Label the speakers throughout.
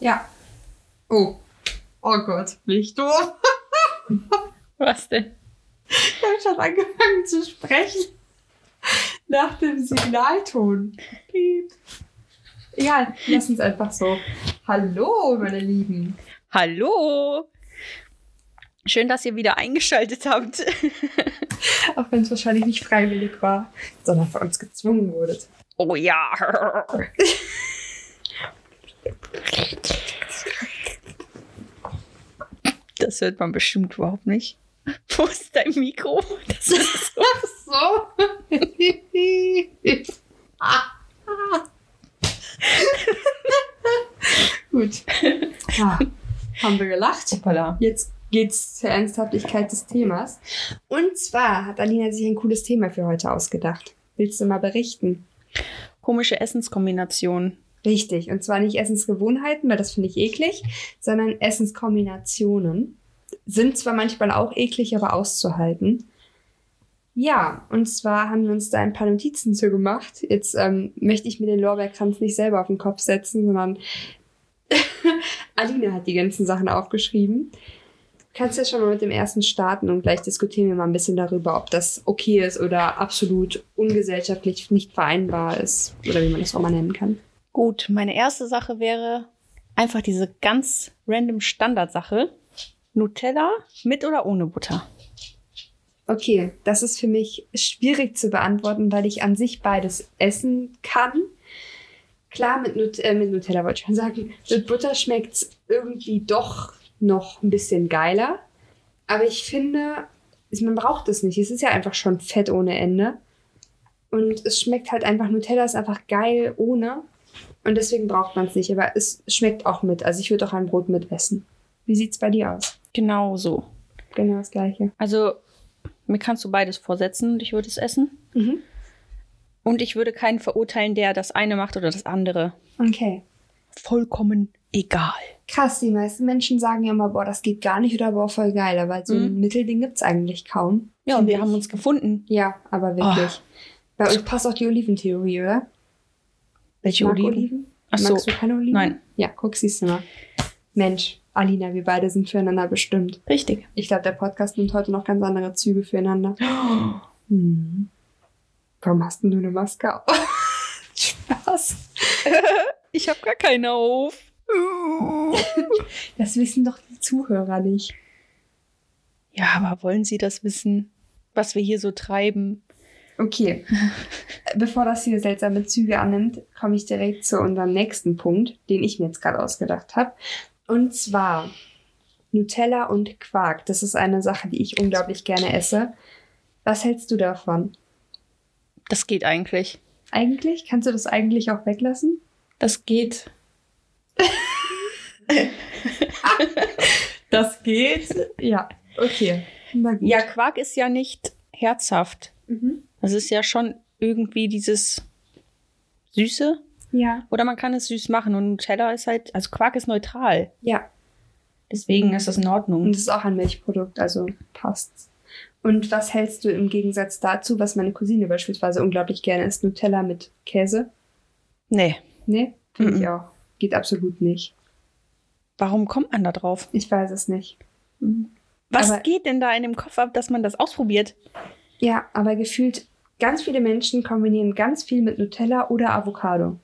Speaker 1: Ja. Oh. Oh Gott, bin ich doof.
Speaker 2: Was denn?
Speaker 1: Ich habe schon angefangen zu sprechen. Nach dem Signalton. Piep. Egal, lass uns einfach so. Hallo, meine Lieben.
Speaker 2: Hallo! Schön, dass ihr wieder eingeschaltet habt.
Speaker 1: Auch wenn es wahrscheinlich nicht freiwillig war, sondern von uns gezwungen wurdet.
Speaker 2: Oh ja. Das hört man bestimmt überhaupt nicht. Wo ist dein Mikro? Das ist so.
Speaker 1: Ach so. Gut. Ja, haben wir gelacht.
Speaker 2: Hoppala.
Speaker 1: Jetzt geht's zur Ernsthaftigkeit des Themas. Und zwar hat Alina sich ein cooles Thema für heute ausgedacht. Willst du mal berichten?
Speaker 2: Komische Essenskombination.
Speaker 1: Richtig. Und zwar nicht Essensgewohnheiten, weil das finde ich eklig, sondern Essenskombinationen. Sind zwar manchmal auch eklig, aber auszuhalten. Ja, und zwar haben wir uns da ein paar Notizen zu gemacht. Jetzt ähm, möchte ich mir den Lorbeerkranz nicht selber auf den Kopf setzen, sondern Aline hat die ganzen Sachen aufgeschrieben. Du kannst ja schon mal mit dem ersten starten und gleich diskutieren wir mal ein bisschen darüber, ob das okay ist oder absolut ungesellschaftlich nicht vereinbar ist oder wie man das auch mal nennen kann.
Speaker 2: Gut, meine erste Sache wäre einfach diese ganz random Standardsache. Nutella mit oder ohne Butter?
Speaker 1: Okay, das ist für mich schwierig zu beantworten, weil ich an sich beides essen kann. Klar, mit, Nut äh, mit Nutella wollte ich schon sagen, mit Butter schmeckt es irgendwie doch noch ein bisschen geiler. Aber ich finde, es- man braucht es nicht. Es ist ja einfach schon fett ohne Ende. Und es schmeckt halt einfach, Nutella ist einfach geil ohne. Und deswegen braucht man es nicht. Aber es schmeckt auch mit. Also ich würde auch ein Brot mit essen. Wie sieht's bei dir aus?
Speaker 2: Genau so.
Speaker 1: Genau das gleiche.
Speaker 2: Also, mir kannst du beides vorsetzen und ich würde es essen.
Speaker 1: Mhm.
Speaker 2: Und ich würde keinen verurteilen, der das eine macht oder das andere.
Speaker 1: Okay.
Speaker 2: Vollkommen egal.
Speaker 1: Krass, die meisten Menschen sagen ja immer, boah, das geht gar nicht oder boah, voll geil. Aber so ein
Speaker 2: Mhm.
Speaker 1: Mittelding gibt's eigentlich kaum.
Speaker 2: Ja, und
Speaker 1: Finde
Speaker 2: wir haben
Speaker 1: ich.
Speaker 2: uns Ah. gefunden.
Speaker 1: Ja, aber wirklich. Bei euch passt auch die Oliventheorie, oder?
Speaker 2: Welche
Speaker 1: Mag
Speaker 2: Oliven? Ach so.
Speaker 1: Magst du keine Oliven?
Speaker 2: Nein.
Speaker 1: Ja, guck, siehst du mal. Mensch, Alina, wir beide sind füreinander bestimmt.
Speaker 2: Richtig.
Speaker 1: Ich glaube, der Podcast nimmt heute noch ganz andere Züge füreinander. Hm. Warum hast denn du eine Maske auf? Spaß.
Speaker 2: Ich habe gar keine auf.
Speaker 1: Das wissen doch die Zuhörer nicht.
Speaker 2: Ja, aber wollen Sie das wissen, was wir hier so treiben?
Speaker 1: Okay. Bevor das hier seltsame Züge annimmt, komme ich direkt zu unserem nächsten Punkt, den ich mir jetzt gerade ausgedacht habe. Und zwar Nutella und Quark. Das ist eine Sache, die ich unglaublich gerne esse. Was hältst du davon?
Speaker 2: Das geht eigentlich.
Speaker 1: Eigentlich? Kannst du das eigentlich auch weglassen?
Speaker 2: Das geht.
Speaker 1: Das geht. Ja. Okay. Na gut.
Speaker 2: Ja, Quark ist ja nicht herzhaft.
Speaker 1: Mhm.
Speaker 2: Das ist ja schon irgendwie dieses Süße.
Speaker 1: Ja.
Speaker 2: Oder man kann es süß machen. Und Nutella ist halt, also Quark ist neutral.
Speaker 1: Ja.
Speaker 2: Deswegen ist das in
Speaker 1: Und
Speaker 2: Ordnung.
Speaker 1: es ist auch ein Milchprodukt, also passt's. Und was hältst du im Gegensatz dazu, was meine Cousine beispielsweise unglaublich gerne isst? Nutella mit Käse?
Speaker 2: Nee.
Speaker 1: Nee, finde ich
Speaker 2: Mhm.
Speaker 1: auch. Geht absolut nicht.
Speaker 2: Warum kommt man da drauf?
Speaker 1: Ich weiß es nicht.
Speaker 2: Was
Speaker 1: Aber-
Speaker 2: geht denn da in dem Kopf ab, dass man das ausprobiert?
Speaker 1: Ja, aber gefühlt ganz viele Menschen kombinieren ganz viel mit Nutella oder Avocado.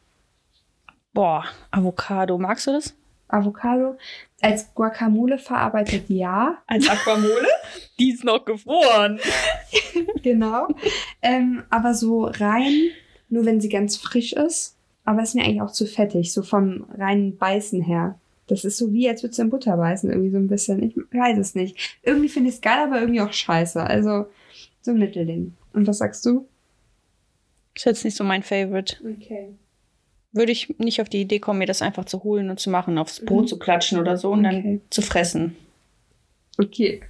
Speaker 2: Boah, Avocado, magst du das?
Speaker 1: Avocado als Guacamole verarbeitet, ja,
Speaker 2: Als Aquamole? Die ist noch gefroren.
Speaker 1: genau. ähm, aber so rein, nur wenn sie ganz frisch ist. Aber ist mir eigentlich auch zu fettig, so vom reinen Beißen her. Das ist so wie, als würdest du in Butter beißen, irgendwie so ein bisschen. Ich weiß es nicht. Irgendwie finde ich es geil, aber irgendwie auch scheiße. Also so ein Mittelding. Und was sagst du?
Speaker 2: Ist jetzt nicht so mein Favorite.
Speaker 1: Okay.
Speaker 2: Würde ich nicht auf die Idee kommen, mir das einfach zu holen und zu machen, aufs Brot
Speaker 1: Mhm.
Speaker 2: zu klatschen oder so und
Speaker 1: Okay.
Speaker 2: dann zu fressen.
Speaker 1: Okay.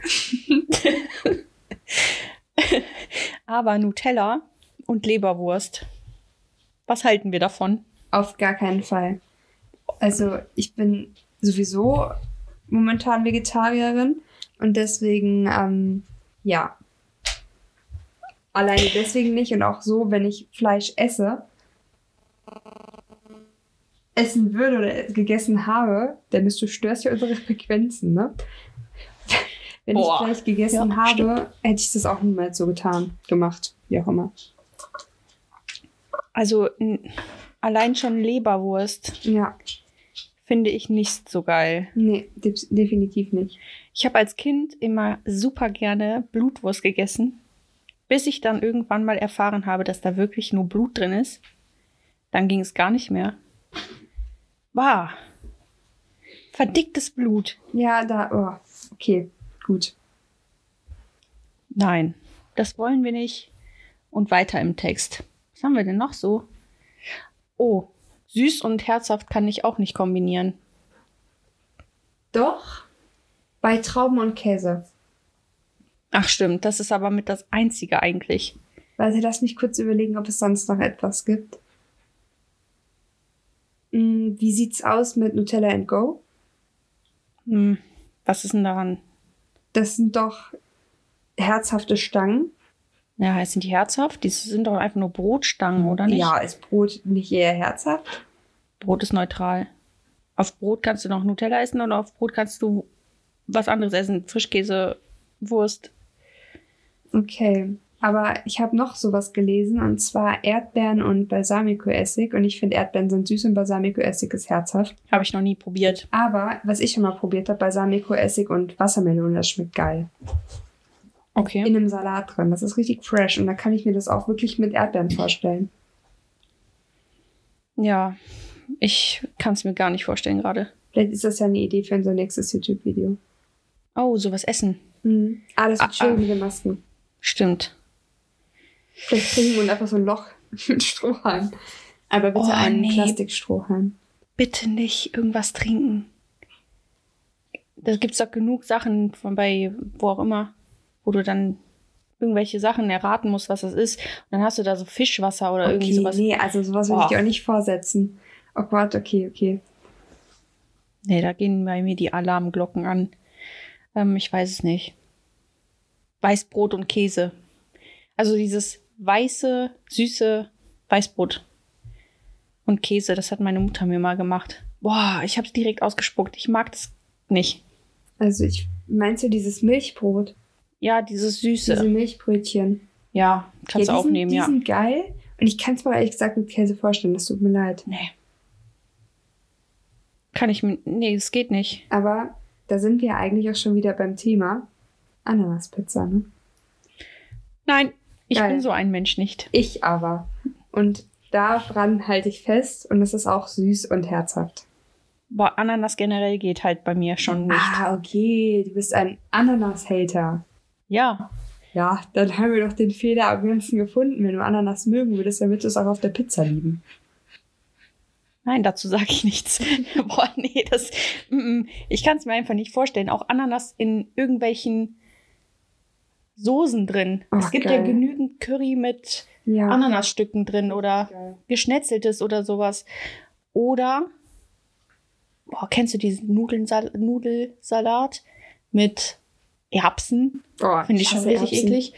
Speaker 2: Aber Nutella und Leberwurst. Was halten wir davon?
Speaker 1: Auf gar keinen Fall. Also ich bin sowieso momentan Vegetarierin und deswegen, ähm, ja. Alleine deswegen nicht und auch so, wenn ich Fleisch esse, essen würde oder gegessen habe, Dennis, du störst ja unsere Frequenzen, ne? Wenn
Speaker 2: Boah.
Speaker 1: ich gleich gegessen
Speaker 2: Ja,
Speaker 1: habe,
Speaker 2: stimmt.
Speaker 1: hätte ich das auch niemals so getan, gemacht, wie auch immer.
Speaker 2: Also n- allein schon Leberwurst
Speaker 1: Ja,
Speaker 2: finde ich nicht so geil.
Speaker 1: nee, de definitiv nicht.
Speaker 2: Ich habe als Kind immer super gerne Blutwurst gegessen, bis ich dann irgendwann mal erfahren habe, dass da wirklich nur Blut drin ist. Dann ging es gar nicht mehr. Bah. Verdicktes Blut.
Speaker 1: Ja, da, oh, okay, gut.
Speaker 2: Nein, das wollen wir nicht. Und weiter im Text. Was haben wir denn noch so? Oh, süß und herzhaft kann ich auch nicht kombinieren.
Speaker 1: Doch, bei Trauben und Käse.
Speaker 2: Ach stimmt, das ist aber mit das Einzige eigentlich.
Speaker 1: Warte, lass mich kurz überlegen, ob es sonst noch etwas gibt. Hm, wie sieht's aus mit Nutella and Go?
Speaker 2: Hm, was ist denn daran?
Speaker 1: Das sind doch herzhafte Stangen.
Speaker 2: Ja, sind die herzhaft? Die sind doch einfach nur Brotstangen, oder nicht?
Speaker 1: Ja, ist Brot nicht eher herzhaft?
Speaker 2: Brot ist neutral. Auf Brot kannst du noch Nutella essen oder auf Brot kannst du was anderes essen. Frischkäse, Wurst.
Speaker 1: Okay. Aber ich habe noch sowas gelesen und zwar Erdbeeren und Balsamico-Essig. Und ich finde, Erdbeeren sind süß und Balsamico-Essig ist herzhaft.
Speaker 2: Habe ich noch nie probiert.
Speaker 1: Aber was ich schon mal probiert habe, Balsamico-Essig und Wassermelone, das schmeckt geil.
Speaker 2: Okay.
Speaker 1: In einem Salat drin. Das ist richtig fresh. Und da kann ich mir das auch wirklich mit Erdbeeren vorstellen.
Speaker 2: Ja, ich kann es mir gar nicht vorstellen gerade.
Speaker 1: Vielleicht ist das ja eine Idee für unser nächstes YouTube-Video.
Speaker 2: Oh, sowas essen.
Speaker 1: Mhm. Ah, das wird
Speaker 2: Ah,
Speaker 1: schön
Speaker 2: ah.
Speaker 1: mit den Masken.
Speaker 2: Stimmt.
Speaker 1: Vielleicht kriegen wir uns einfach so ein Loch mit Strohhalm. Aber bitte
Speaker 2: Oh,
Speaker 1: einen
Speaker 2: nee.
Speaker 1: Plastikstrohhalm.
Speaker 2: Bitte nicht irgendwas trinken. Da gibt's doch genug Sachen von bei wo auch immer, wo du dann irgendwelche Sachen erraten musst, was das ist. Und dann hast du da so Fischwasser oder irgendwie sowas.
Speaker 1: Nee, also sowas würde ich dir
Speaker 2: Boah.
Speaker 1: auch nicht vorsetzen. Oh Gott, okay, okay.
Speaker 2: Nee, da gehen bei mir die Alarmglocken an. Ähm, ich weiß es nicht. Weißbrot und Käse. Also dieses weiße, süße Weißbrot und Käse, das hat meine Mutter mir mal gemacht. Boah, ich hab's direkt ausgespuckt. Ich mag das nicht.
Speaker 1: Also ich meinst du dieses Milchbrot,
Speaker 2: Ja, dieses süße.
Speaker 1: diese Milchbrötchen?
Speaker 2: ja, kannst
Speaker 1: Ja,
Speaker 2: du
Speaker 1: die
Speaker 2: auch
Speaker 1: sind,
Speaker 2: nehmen,
Speaker 1: die
Speaker 2: ja.
Speaker 1: sind geil und ich kann es mir ehrlich gesagt mit Käse vorstellen. Das tut mir leid,
Speaker 2: Nee. Kann ich mir. Nee, es geht nicht.
Speaker 1: aber da sind wir eigentlich auch schon wieder beim Thema Ananaspizza. Ne?
Speaker 2: Nein, ich
Speaker 1: Geil.
Speaker 2: bin so ein Mensch nicht.
Speaker 1: Ich aber und daran halte ich fest und es ist auch süß und herzhaft.
Speaker 2: Boah, Ananas generell geht halt bei mir schon nicht.
Speaker 1: Ah, okay, du bist ein Ananas-Hater.
Speaker 2: Ja.
Speaker 1: Ja, dann haben wir doch den Fehler am ganzen gefunden. Wenn du Ananas mögen würdest, dann würdest du es auch auf der Pizza lieben.
Speaker 2: Nein, dazu sage ich nichts. Boah, nee, das. Mm, mm. ich kann es mir einfach nicht vorstellen. Auch Ananas in irgendwelchen Soßen drin.
Speaker 1: Ach,
Speaker 2: es gibt ja
Speaker 1: geil.
Speaker 2: genügend Curry mit
Speaker 1: Ja.
Speaker 2: Ananasstücken drin oder
Speaker 1: Geil.
Speaker 2: geschnetzeltes oder sowas. Oder, boah, kennst du diesen Nudelsal Nudelsalat mit Erbsen?
Speaker 1: Boah,
Speaker 2: Finde ich schon
Speaker 1: Oh, hasse
Speaker 2: richtig
Speaker 1: Erbsen.
Speaker 2: eklig.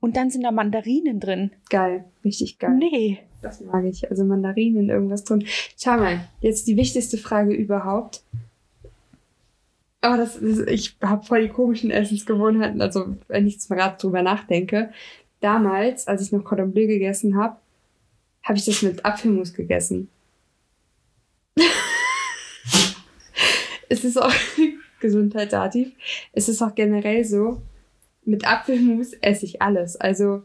Speaker 2: Und dann sind da Mandarinen drin.
Speaker 1: Geil, richtig geil.
Speaker 2: Nee.
Speaker 1: Das mag ich. Also Mandarinen, irgendwas drin. Schau mal, jetzt die wichtigste Frage überhaupt. Oh, das ist, ich habe voll die komischen Essensgewohnheiten. Also, wenn ich jetzt mal gerade drüber nachdenke. Damals, als ich noch Cordon Bleu gegessen habe, habe ich das mit Apfelmus gegessen. es ist auch gesundheitsativ. Es ist auch generell so, mit Apfelmus esse ich alles. Also,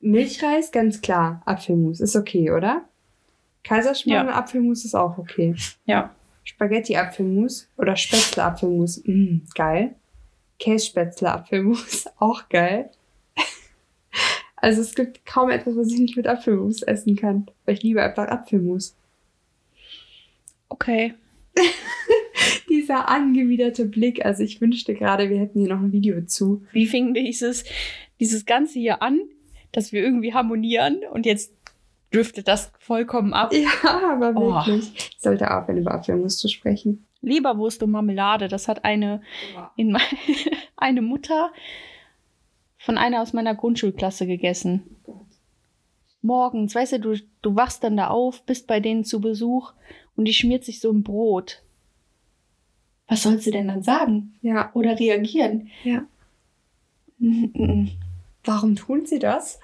Speaker 1: Milchreis, ganz klar. Apfelmus ist okay, oder? Kaiserschmarrn
Speaker 2: Ja.
Speaker 1: und Apfelmus ist auch okay.
Speaker 2: Ja.
Speaker 1: Spaghetti-Apfelmus oder Spätzle-Apfelmus, mm, geil. Kässpätzle-Apfelmus, auch geil. Also es gibt kaum etwas, was ich nicht mit Apfelmus essen kann, weil ich liebe einfach Apfelmus.
Speaker 2: Okay.
Speaker 1: Dieser angewiderte Blick, also ich wünschte gerade, wir hätten hier noch ein Video zu.
Speaker 2: Wie fing dieses, dieses Ganze hier an, dass wir irgendwie harmonieren und jetzt driftet das vollkommen ab.
Speaker 1: Ja, aber
Speaker 2: Oh.
Speaker 1: wirklich. Ich sollte aufhören, über Apfelmus zu sprechen.
Speaker 2: Leberwurst und Marmelade, das hat eine, in me- eine Mutter von einer aus meiner Grundschulklasse gegessen. morgens, weißt du, du, du wachst dann da auf, bist bei denen zu Besuch und die schmiert sich so ein Brot. Was sollst du denn dann sagen?
Speaker 1: Ja,
Speaker 2: Oder reagieren?
Speaker 1: ja.
Speaker 2: N- n-
Speaker 1: Warum tun sie das?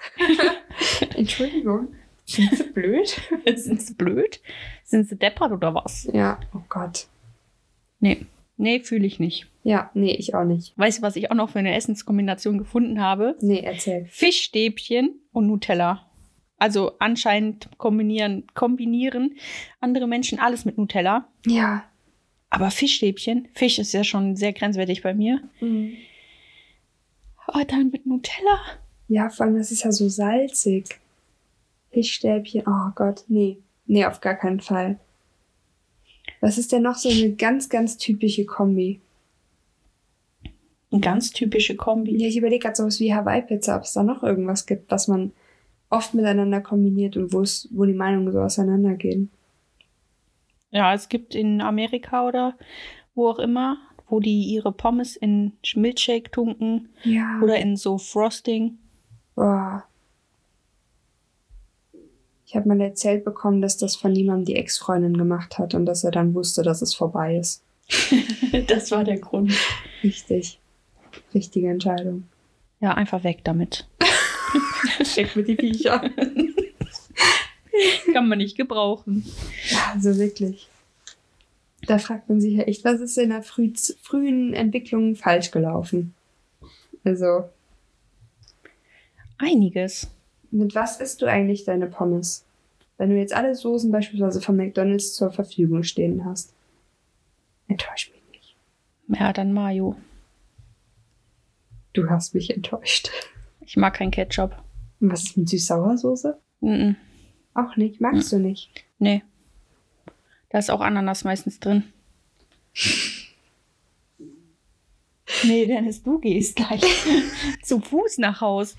Speaker 1: Entschuldigung. Sind sie blöd?
Speaker 2: n. Sind sie blöd? Sind sie deppert oder was?
Speaker 1: Ja, oh Gott.
Speaker 2: Nee. Nee, fühle ich nicht.
Speaker 1: Ja, nee, ich auch nicht.
Speaker 2: Weißt du, was ich auch noch für eine Essenskombination gefunden habe?
Speaker 1: Nee, erzähl.
Speaker 2: Fischstäbchen und Nutella. Also anscheinend kombinieren, kombinieren andere Menschen alles mit Nutella.
Speaker 1: Ja.
Speaker 2: Aber Fischstäbchen, Fisch ist ja schon sehr grenzwertig bei mir. Aber dann mit Nutella.
Speaker 1: Ja, vor allem, das ist ja so salzig. Fischstäbchen, oh Gott, nee. Nee, auf gar keinen Fall. Was ist denn noch so eine ganz, ganz typische Kombi?
Speaker 2: Eine ganz typische Kombi.
Speaker 1: Ja, ich überlege gerade sowas wie Hawaii-Pizza, ob es da noch irgendwas gibt, was man oft miteinander kombiniert und wo es, wo die Meinungen so auseinandergehen.
Speaker 2: Ja, es gibt in Amerika oder wo auch immer, wo die ihre Pommes in Milchshake tunken
Speaker 1: Ja.
Speaker 2: oder in so Frosting.
Speaker 1: Boah. Ich habe mal erzählt bekommen, dass das von niemandem die Ex-Freundin gemacht hat und dass er dann wusste, dass es vorbei ist.
Speaker 2: das war der Grund.
Speaker 1: Richtig. Richtige Entscheidung.
Speaker 2: Ja, einfach weg damit.
Speaker 1: Schick mir die Viecher.
Speaker 2: Kann man nicht gebrauchen.
Speaker 1: Also wirklich. Da fragt man sich ja echt, was ist in der früh, frühen Entwicklung falsch gelaufen? Also,
Speaker 2: Einiges.
Speaker 1: mit was isst du eigentlich deine Pommes? Wenn du jetzt alle Soßen beispielsweise von McDonalds zur Verfügung stehen hast. Enttäusch mich nicht.
Speaker 2: Ja, dann Mayo.
Speaker 1: Du hast mich enttäuscht.
Speaker 2: Ich mag kein Ketchup.
Speaker 1: Und was ist mit Süß-Sauersoße?
Speaker 2: Mm-mm.
Speaker 1: Auch nicht. Magst du nicht?
Speaker 2: Nee. Da ist auch Ananas meistens drin. nee, Dennis, du gehst gleich zu Fuß nach Haus.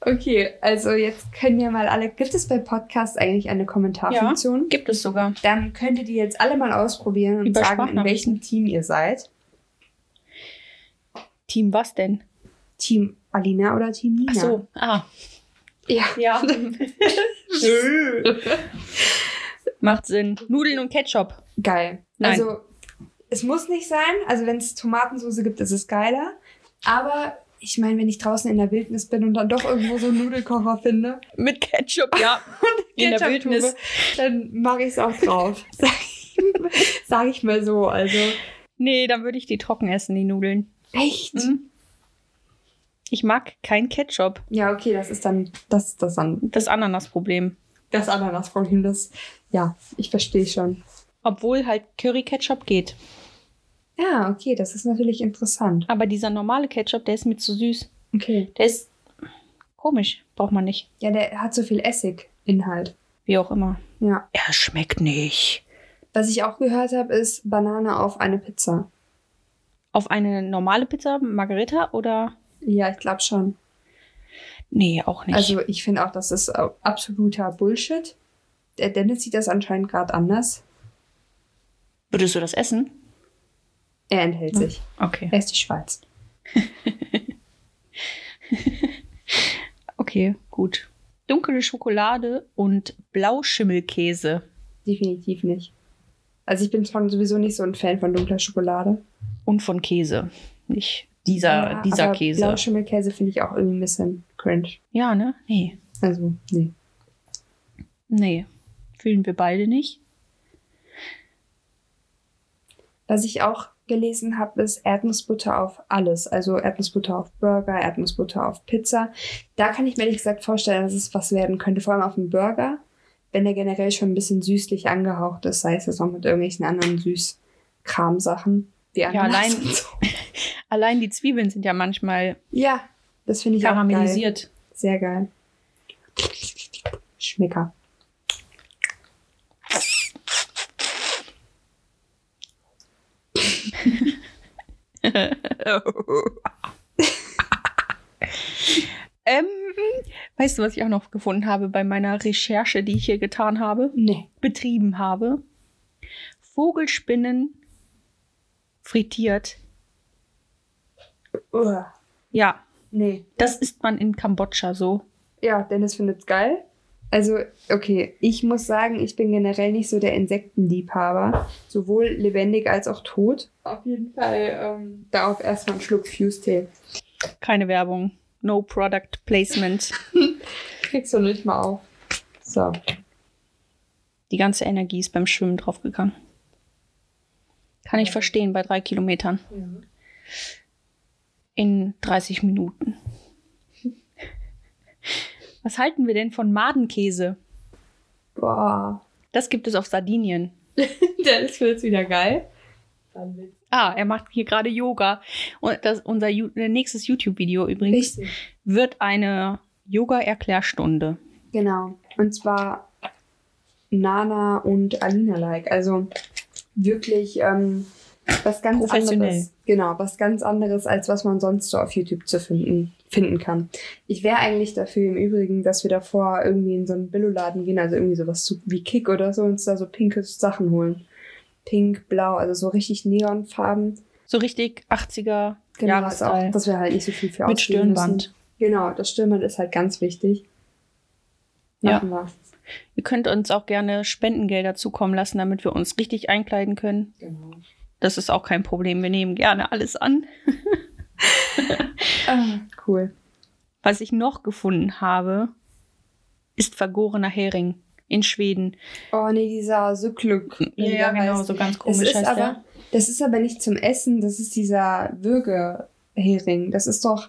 Speaker 1: Okay, also jetzt können ja mal alle. Gibt es bei Podcasts eigentlich eine Kommentarfunktion?
Speaker 2: Gibt es sogar.
Speaker 1: Dann könntet ihr jetzt alle mal ausprobieren und
Speaker 2: Über
Speaker 1: sagen, in
Speaker 2: Sprachnachrichten.
Speaker 1: welchem Team ihr seid.
Speaker 2: Team was denn?
Speaker 1: Team Alina oder Team Nina?
Speaker 2: Ach so, ah.
Speaker 1: Ja.
Speaker 2: Ja. Macht Sinn. Nudeln und Ketchup.
Speaker 1: Geil.
Speaker 2: Nein.
Speaker 1: Also, es muss nicht sein. Also, wenn es Tomatensauce gibt, ist es geiler. Aber ich meine, wenn ich draußen in der Wildnis bin und dann doch irgendwo so einen Nudelkocher finde,
Speaker 2: Mit Ketchup, ja. In der
Speaker 1: Ketchup-Tube,
Speaker 2: Wildnis.
Speaker 1: dann mache ich es auch drauf. Sag ich, sag ich mal so. Also,
Speaker 2: Nee, dann würde ich die trocken essen, die Nudeln.
Speaker 1: echt?
Speaker 2: Mhm. Ich mag kein Ketchup.
Speaker 1: Ja, okay, das ist dann das, das dann
Speaker 2: Das Ananas-Problem.
Speaker 1: das Ananasproblem. Das, ja, ich verstehe schon.
Speaker 2: Obwohl halt Curry-Ketchup geht.
Speaker 1: Ja, okay, das ist natürlich interessant.
Speaker 2: Aber dieser normale Ketchup, der ist mir zu süß.
Speaker 1: Okay.
Speaker 2: Der ist komisch, braucht man nicht.
Speaker 1: Ja, der hat so viel Essiginhalt.
Speaker 2: Wie auch immer.
Speaker 1: Ja.
Speaker 2: Er schmeckt nicht.
Speaker 1: Was ich auch gehört habe, ist Banane auf eine Pizza.
Speaker 2: Auf eine normale Pizza, Margarita oder?
Speaker 1: Ja, ich glaube schon.
Speaker 2: Nee, auch nicht.
Speaker 1: Also ich finde auch, das ist äh, absoluter Bullshit. Der Dennis sieht das anscheinend gerade anders.
Speaker 2: würdest du das essen?
Speaker 1: Er enthält
Speaker 2: Hm.
Speaker 1: sich.
Speaker 2: Okay.
Speaker 1: Er ist die Schweiz.
Speaker 2: Okay, gut. Dunkle Schokolade und Blauschimmelkäse
Speaker 1: Definitiv nicht. Also ich bin schon sowieso nicht so ein Fan von dunkler Schokolade.
Speaker 2: und von Käse. Nicht dieser,
Speaker 1: Ja,
Speaker 2: dieser
Speaker 1: aber
Speaker 2: Käse.
Speaker 1: Blauschimmelkäse finde ich auch irgendwie ein bisschen cringe.
Speaker 2: ja, ne? Nee.
Speaker 1: Also, nee.
Speaker 2: Nee. Fühlen wir beide nicht.
Speaker 1: Was ich auch gelesen habe, ist Erdnussbutter auf alles. Also Erdnussbutter auf Burger, Erdnussbutter auf Pizza. Da kann ich mir ehrlich gesagt vorstellen, dass es was werden könnte. Vor allem auf dem Burger, wenn der generell schon ein bisschen süßlich angehaucht ist, sei es jetzt noch mit irgendwelchen anderen Süßkramsachen. Wie
Speaker 2: Ja,
Speaker 1: Ananas
Speaker 2: allein-
Speaker 1: und so.
Speaker 2: Allein die Zwiebeln sind ja manchmal
Speaker 1: Ja, das finde ich auch geil.
Speaker 2: karamellisiert.
Speaker 1: Sehr geil. Schmecker.
Speaker 2: ähm, weißt du, was ich auch noch gefunden habe bei meiner Recherche, die ich hier getan habe,
Speaker 1: Nee.
Speaker 2: betrieben habe? Vogelspinnen frittiert.
Speaker 1: Uah.
Speaker 2: Ja,
Speaker 1: Nee.
Speaker 2: das isst man in Kambodscha so.
Speaker 1: Ja, Dennis findet's geil. Also, okay, ich muss sagen, ich bin generell nicht so der Insektenliebhaber. Sowohl lebendig als auch tot. Auf jeden Fall ähm, darauf erstmal einen Schluck Fuse-Tee.
Speaker 2: Keine Werbung. No Product Placement.
Speaker 1: Kriegst du nicht mal auf. So.
Speaker 2: Die ganze Energie ist beim Schwimmen draufgegangen. Kann ich verstehen bei drei Kilometern. In 30 Minuten. Was halten wir denn von Madenkäse?
Speaker 1: Boah.
Speaker 2: Das gibt es auf Sardinien.
Speaker 1: das wird wieder geil. Dann wird's
Speaker 2: Ah, er macht hier gerade Yoga. Und das, unser Ju- äh, nächstes YouTube-Video übrigens
Speaker 1: richtig.
Speaker 2: wird eine Yoga-Erklärstunde.
Speaker 1: Genau. Und zwar Nana und Alina-like. Also wirklich ähm, was ganz
Speaker 2: Professionell.
Speaker 1: anderes. Genau, was ganz anderes, als was man sonst so auf YouTube zu finden, finden kann. Ich wäre eigentlich dafür im Übrigen, dass wir davor irgendwie in so einen Billoladen gehen, also irgendwie sowas zu, wie Kick oder so, und uns da so pinke Sachen holen. Pink, blau, also so richtig Neonfarben.
Speaker 2: So richtig 80er
Speaker 1: Genau, das auch,
Speaker 2: Jahresstyle.
Speaker 1: dass wir halt nicht so viel für
Speaker 2: Mit
Speaker 1: ausgeben müssen.
Speaker 2: Stirnband.
Speaker 1: Genau, das Stirnband ist halt ganz wichtig.
Speaker 2: Ja.
Speaker 1: Machen wir.
Speaker 2: Ihr könnt uns auch gerne Spendengelder zukommen lassen, damit wir uns richtig einkleiden können.
Speaker 1: Genau.
Speaker 2: Das ist auch kein Problem. Wir nehmen gerne alles an.
Speaker 1: Ah, cool.
Speaker 2: Was ich noch gefunden habe, ist vergorener Hering in Schweden.
Speaker 1: Oh nee, dieser Süklück.
Speaker 2: genau, so ganz
Speaker 1: Das
Speaker 2: komisch
Speaker 1: ist,
Speaker 2: heißt
Speaker 1: aber,
Speaker 2: der.
Speaker 1: das ist aber nicht zum Essen, das ist dieser Würgehering. Das ist doch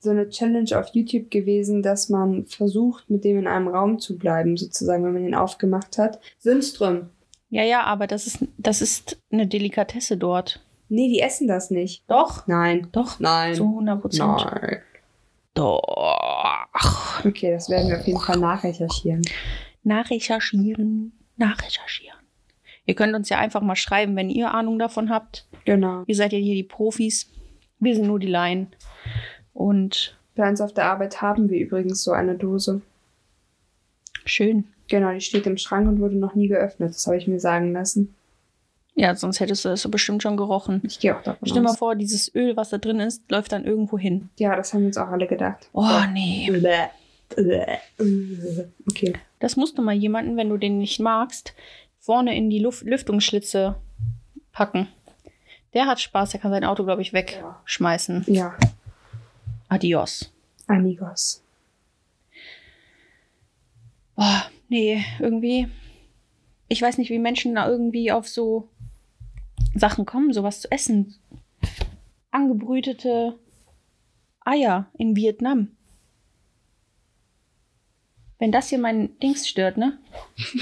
Speaker 1: so eine Challenge auf YouTube gewesen, dass man versucht, mit dem in einem Raum zu bleiben, sozusagen, wenn man ihn aufgemacht hat. Sundström.
Speaker 2: Ja, ja, aber das ist, das ist eine Delikatesse dort.
Speaker 1: Nee, die essen das nicht.
Speaker 2: Doch.
Speaker 1: Nein.
Speaker 2: Doch.
Speaker 1: Nein.
Speaker 2: Zu 100 Prozent.
Speaker 1: Nein.
Speaker 2: Doch.
Speaker 1: Okay, das werden wir auf jeden Fall nachrecherchieren.
Speaker 2: Nachrecherchieren. Nachrecherchieren. Ihr könnt uns ja einfach mal schreiben, wenn ihr Ahnung davon habt.
Speaker 1: Genau.
Speaker 2: Ihr seid ja hier die Profis. Wir sind nur die Laien. Und
Speaker 1: Bei uns auf der Arbeit haben wir übrigens so eine Dose.
Speaker 2: schön.
Speaker 1: Genau, die steht im Schrank und wurde noch nie geöffnet. Das habe ich mir sagen lassen.
Speaker 2: Ja, sonst hättest du das bestimmt schon gerochen.
Speaker 1: Ich gehe auch davon
Speaker 2: Stell dir
Speaker 1: aus.
Speaker 2: mal vor, dieses Öl, was da drin ist, läuft dann irgendwo hin.
Speaker 1: Ja, das haben wir uns auch alle gedacht.
Speaker 2: Oh, nee.
Speaker 1: Bäh. Bäh. Okay.
Speaker 2: Das musst du mal jemanden, wenn du den nicht magst, vorne in die Luft Lüftungsschlitze packen. Der hat Spaß, der kann sein Auto, glaube ich,
Speaker 1: Ja.
Speaker 2: wegschmeißen.
Speaker 1: Ja,
Speaker 2: Adios.
Speaker 1: amigos.
Speaker 2: Boah, nee, irgendwie. Ich weiß nicht, wie Menschen da irgendwie auf so Sachen kommen, sowas zu essen. Angebrütete Eier in Vietnam. Wenn das hier mein Dings stört, ne?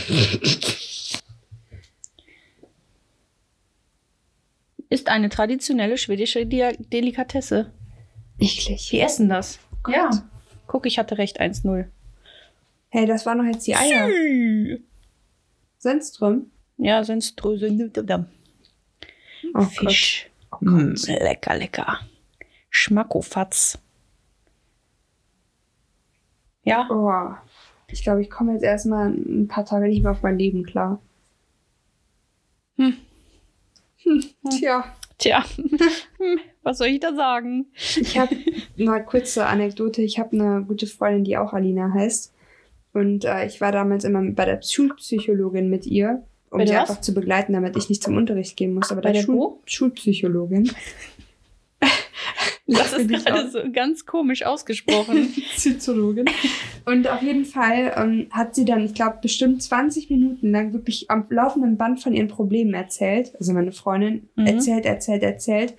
Speaker 2: Ist eine traditionelle schwedische Dia- Delikatesse.
Speaker 1: Eklig.
Speaker 2: Die essen das.
Speaker 1: Gott.
Speaker 2: Guck, ich hatte recht, 1-0.
Speaker 1: Hey, das waren noch jetzt die Eier. Sönström.
Speaker 2: Ja, sonst Drösel.
Speaker 1: Oh
Speaker 2: Fisch.
Speaker 1: Gott. Oh
Speaker 2: Mm,
Speaker 1: Gott.
Speaker 2: lecker, lecker. Schmackofatz. Ja,
Speaker 1: Oh. Ich glaube, ich komme jetzt erstmal ein paar Tage nicht mehr auf mein Leben klar.
Speaker 2: Hm.
Speaker 1: Hm, Tja,
Speaker 2: tja. Hm, Was soll ich da sagen?
Speaker 1: ich habe mal kurze Anekdote. Ich habe eine gute Freundin, die auch Alina heißt. Und äh, ich war damals immer bei der Schulpsychologin mit ihr, um
Speaker 2: Bei
Speaker 1: sie
Speaker 2: der was?
Speaker 1: einfach zu begleiten, damit ich nicht zum Unterricht gehen muss. Aber
Speaker 2: Bei der
Speaker 1: Schul
Speaker 2: wo?
Speaker 1: Schulpsychologin.
Speaker 2: Das ist
Speaker 1: Bin ich
Speaker 2: gerade so ganz komisch ausgesprochen.
Speaker 1: Zytologin. Und auf jeden Fall ähm, hat sie dann, ich glaube, bestimmt 20 Minuten lang wirklich am laufenden Band von ihren Problemen erzählt. Also meine Freundin
Speaker 2: Mhm.
Speaker 1: erzählt, erzählt, erzählt.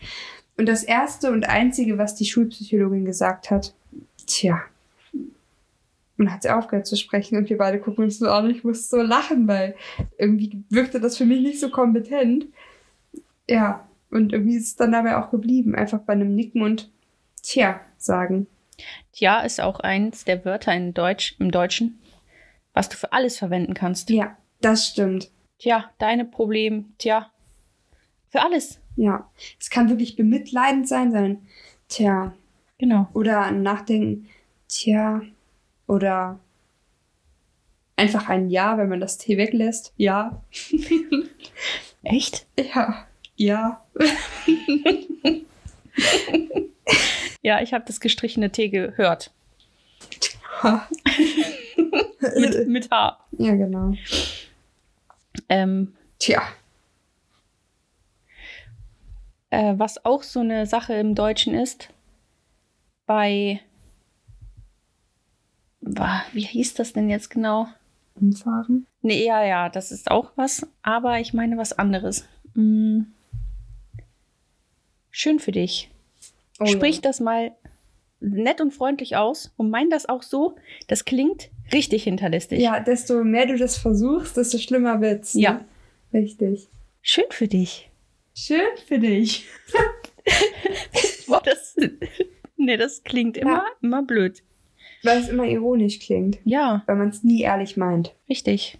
Speaker 1: Und das erste und einzige, was die Schulpsychologin gesagt hat, tja. Und dann hat sie aufgehört zu sprechen und wir beide gucken uns so an. Ich musste so lachen, weil irgendwie wirkte das für mich nicht so kompetent. Ja, und irgendwie ist es dann dabei auch geblieben. Einfach bei einem Nicken und tja sagen.
Speaker 2: Tja ist auch eins der Wörter in Deutsch, im Deutschen, was du für alles verwenden kannst.
Speaker 1: Ja, das stimmt.
Speaker 2: Tja, deine Probleme, tja. Für alles.
Speaker 1: Ja, es kann wirklich bemitleidend sein, sein, tja,
Speaker 2: Genau.
Speaker 1: oder ein Nachdenken, tja, oder einfach ein Ja, wenn man das T weglässt, ja,
Speaker 2: Echt?
Speaker 1: ja, ja.
Speaker 2: Ja, ich habe das gestrichene T gehört.
Speaker 1: Ha. Äh.
Speaker 2: mit, mit Haar.
Speaker 1: Ja, genau.
Speaker 2: Ähm,
Speaker 1: Tja,
Speaker 2: äh, was auch so eine Sache im Deutschen ist, bei. Wa- Wie hieß das denn jetzt genau?
Speaker 1: umfahren.
Speaker 2: Nee, ja, ja, das ist auch was, aber ich meine was anderes. Mm. Schön für dich.
Speaker 1: Oh,
Speaker 2: Sprich das mal nett und freundlich aus und mein das auch so, das klingt richtig hinterlistig.
Speaker 1: Ja. ja, desto mehr du das versuchst, desto schlimmer wird's. ne?
Speaker 2: Ja.
Speaker 1: Richtig.
Speaker 2: Schön für dich.
Speaker 1: Schön für dich.
Speaker 2: Boah, das, nee, das klingt immer,
Speaker 1: Ja.
Speaker 2: immer blöd.
Speaker 1: Weil es immer ironisch klingt,
Speaker 2: Ja,
Speaker 1: weil man es nie ehrlich meint.
Speaker 2: richtig.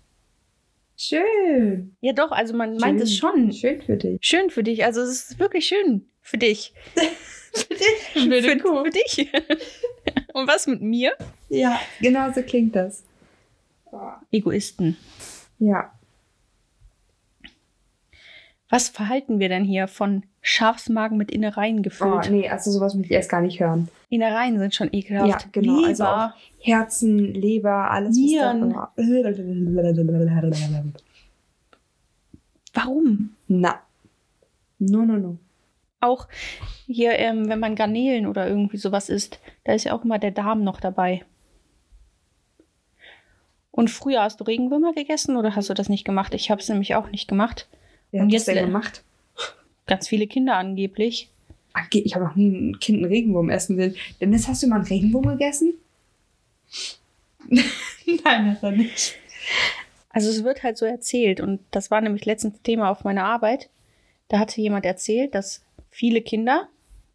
Speaker 1: Schön.
Speaker 2: Ja, doch, also man meint es
Speaker 1: Schön.
Speaker 2: schon.
Speaker 1: Schön für dich.
Speaker 2: Schön für dich. Also es ist wirklich schön für dich.
Speaker 1: Für dich.
Speaker 2: für, für dich. und was mit mir?
Speaker 1: Ja, genau so klingt das.
Speaker 2: Egoisten.
Speaker 1: Ja.
Speaker 2: Was verhalten wir denn hier von Schafsmagen mit Innereien
Speaker 1: Oh,
Speaker 2: gefüllt?
Speaker 1: nee, also sowas möchte ich erst gar nicht hören.
Speaker 2: Innereien sind schon ekelhaft.
Speaker 1: Ja, genau,
Speaker 2: Leber.
Speaker 1: also auch- Herzen, Leber, alles.
Speaker 2: Nieren.
Speaker 1: Was da
Speaker 2: Warum?
Speaker 1: Na. No, no, no.
Speaker 2: Auch hier, ähm, wenn man Garnelen oder irgendwie sowas isst, da ist ja auch immer der Darm noch dabei. Und früher hast du Regenwürmer gegessen oder hast du das nicht gemacht? Ich habe es nämlich auch nicht gemacht.
Speaker 1: Wer
Speaker 2: Und
Speaker 1: hat
Speaker 2: jetzt
Speaker 1: das
Speaker 2: le-
Speaker 1: denn gemacht?
Speaker 2: Ganz viele Kinder angeblich.
Speaker 1: Ah, ge- Ich habe noch nie ein Kind einen Regenwurm essen sehen. Dennis, hast du mal einen Regenwurm gegessen? Nein, hat er nicht.
Speaker 2: Also es wird halt so erzählt und das war nämlich letztens Thema auf meiner Arbeit. Da hatte jemand erzählt, dass viele Kinder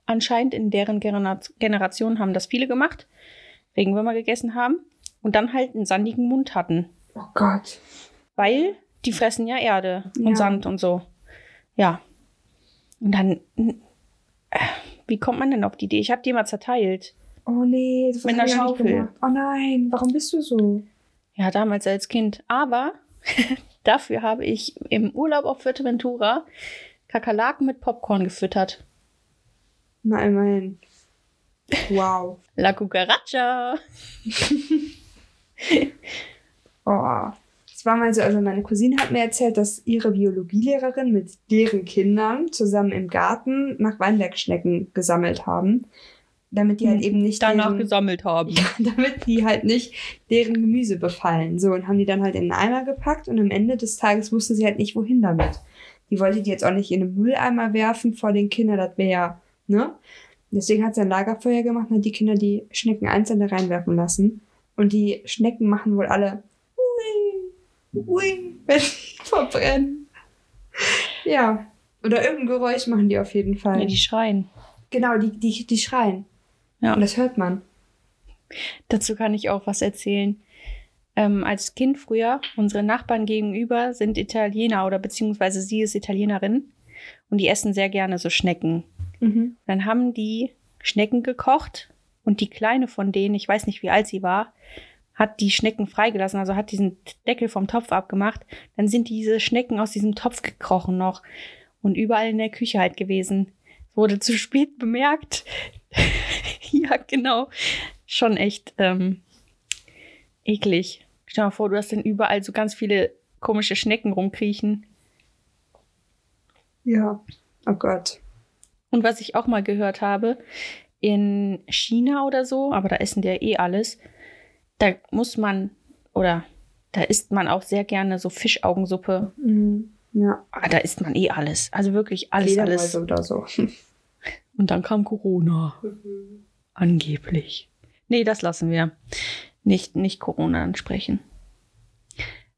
Speaker 2: anscheinend in deren Genera- Generation haben das viele gemacht, Regenwürmer gegessen haben und dann halt einen sandigen Mund hatten,
Speaker 1: Oh Gott.
Speaker 2: weil die fressen ja Erde
Speaker 1: Ja.
Speaker 2: und Sand und so. Ja. Und dann äh, wie kommt man denn auf die Idee? Ich habe die mal zerteilt.
Speaker 1: Oh nee, das
Speaker 2: Mit einer Schaufel.
Speaker 1: Oh nein, warum bist du so?
Speaker 2: Ja, damals als Kind. Aber dafür habe ich im Urlaub auf Fuerteventura Kakerlaken mit Popcorn gefüttert.
Speaker 1: Na, immerhin. Wow.
Speaker 2: La Cucaracha.
Speaker 1: Oh. Es war mal so, also meine Cousine hat mir erzählt, dass ihre Biologielehrerin mit deren Kindern zusammen im Garten nach Weinbergschnecken gesammelt haben, damit die halt
Speaker 2: Hm,
Speaker 1: eben nicht
Speaker 2: Danach
Speaker 1: deren,
Speaker 2: gesammelt haben.
Speaker 1: ja, damit die halt nicht deren Gemüse befallen. So und haben die dann halt in einen Eimer gepackt und am Ende des Tages wusste sie halt nicht wohin damit. Die wollte die jetzt auch nicht in den Mülleimer werfen vor den Kindern, das wäre ja, ne? Deswegen hat sie ein Lagerfeuer gemacht und hat die Kinder die Schnecken einzeln da reinwerfen lassen. Und die Schnecken machen wohl alle Ui, Ui, wenn sie verbrennen. Ja. Oder irgendein Geräusch machen die auf jeden Fall.
Speaker 2: Ja, die schreien.
Speaker 1: genau, die, die, die schreien.
Speaker 2: Ja.
Speaker 1: Und das hört man.
Speaker 2: Dazu kann ich auch was erzählen. Ähm, als Kind früher, unsere Nachbarn gegenüber sind Italiener oder beziehungsweise sie ist Italienerin und die essen sehr gerne so Schnecken.
Speaker 1: Mhm.
Speaker 2: Dann haben die Schnecken gekocht und die Kleine von denen, ich weiß nicht, wie alt sie war, hat die Schnecken freigelassen, also hat diesen Deckel vom Topf abgemacht. Dann sind diese Schnecken aus diesem Topf gekrochen noch und überall in der Küche halt gewesen. Es wurde zu spät bemerkt. ja, genau. Schon echt ähm, eklig. Stell dir mal vor, du hast dann überall so ganz viele komische Schnecken rumkriechen.
Speaker 1: Ja. Oh Gott.
Speaker 2: Und was ich auch mal gehört habe, in China oder so, aber da essen die ja eh alles, da muss man oder da isst man auch sehr gerne so Fischaugensuppe.
Speaker 1: Mhm. Ja.
Speaker 2: Ah, da isst man eh alles. Also wirklich alles, alles.
Speaker 1: Fledermäuse oder so.
Speaker 2: Und dann kam Corona. Angeblich. Nee, das lassen wir. Nicht, nicht Corona ansprechen.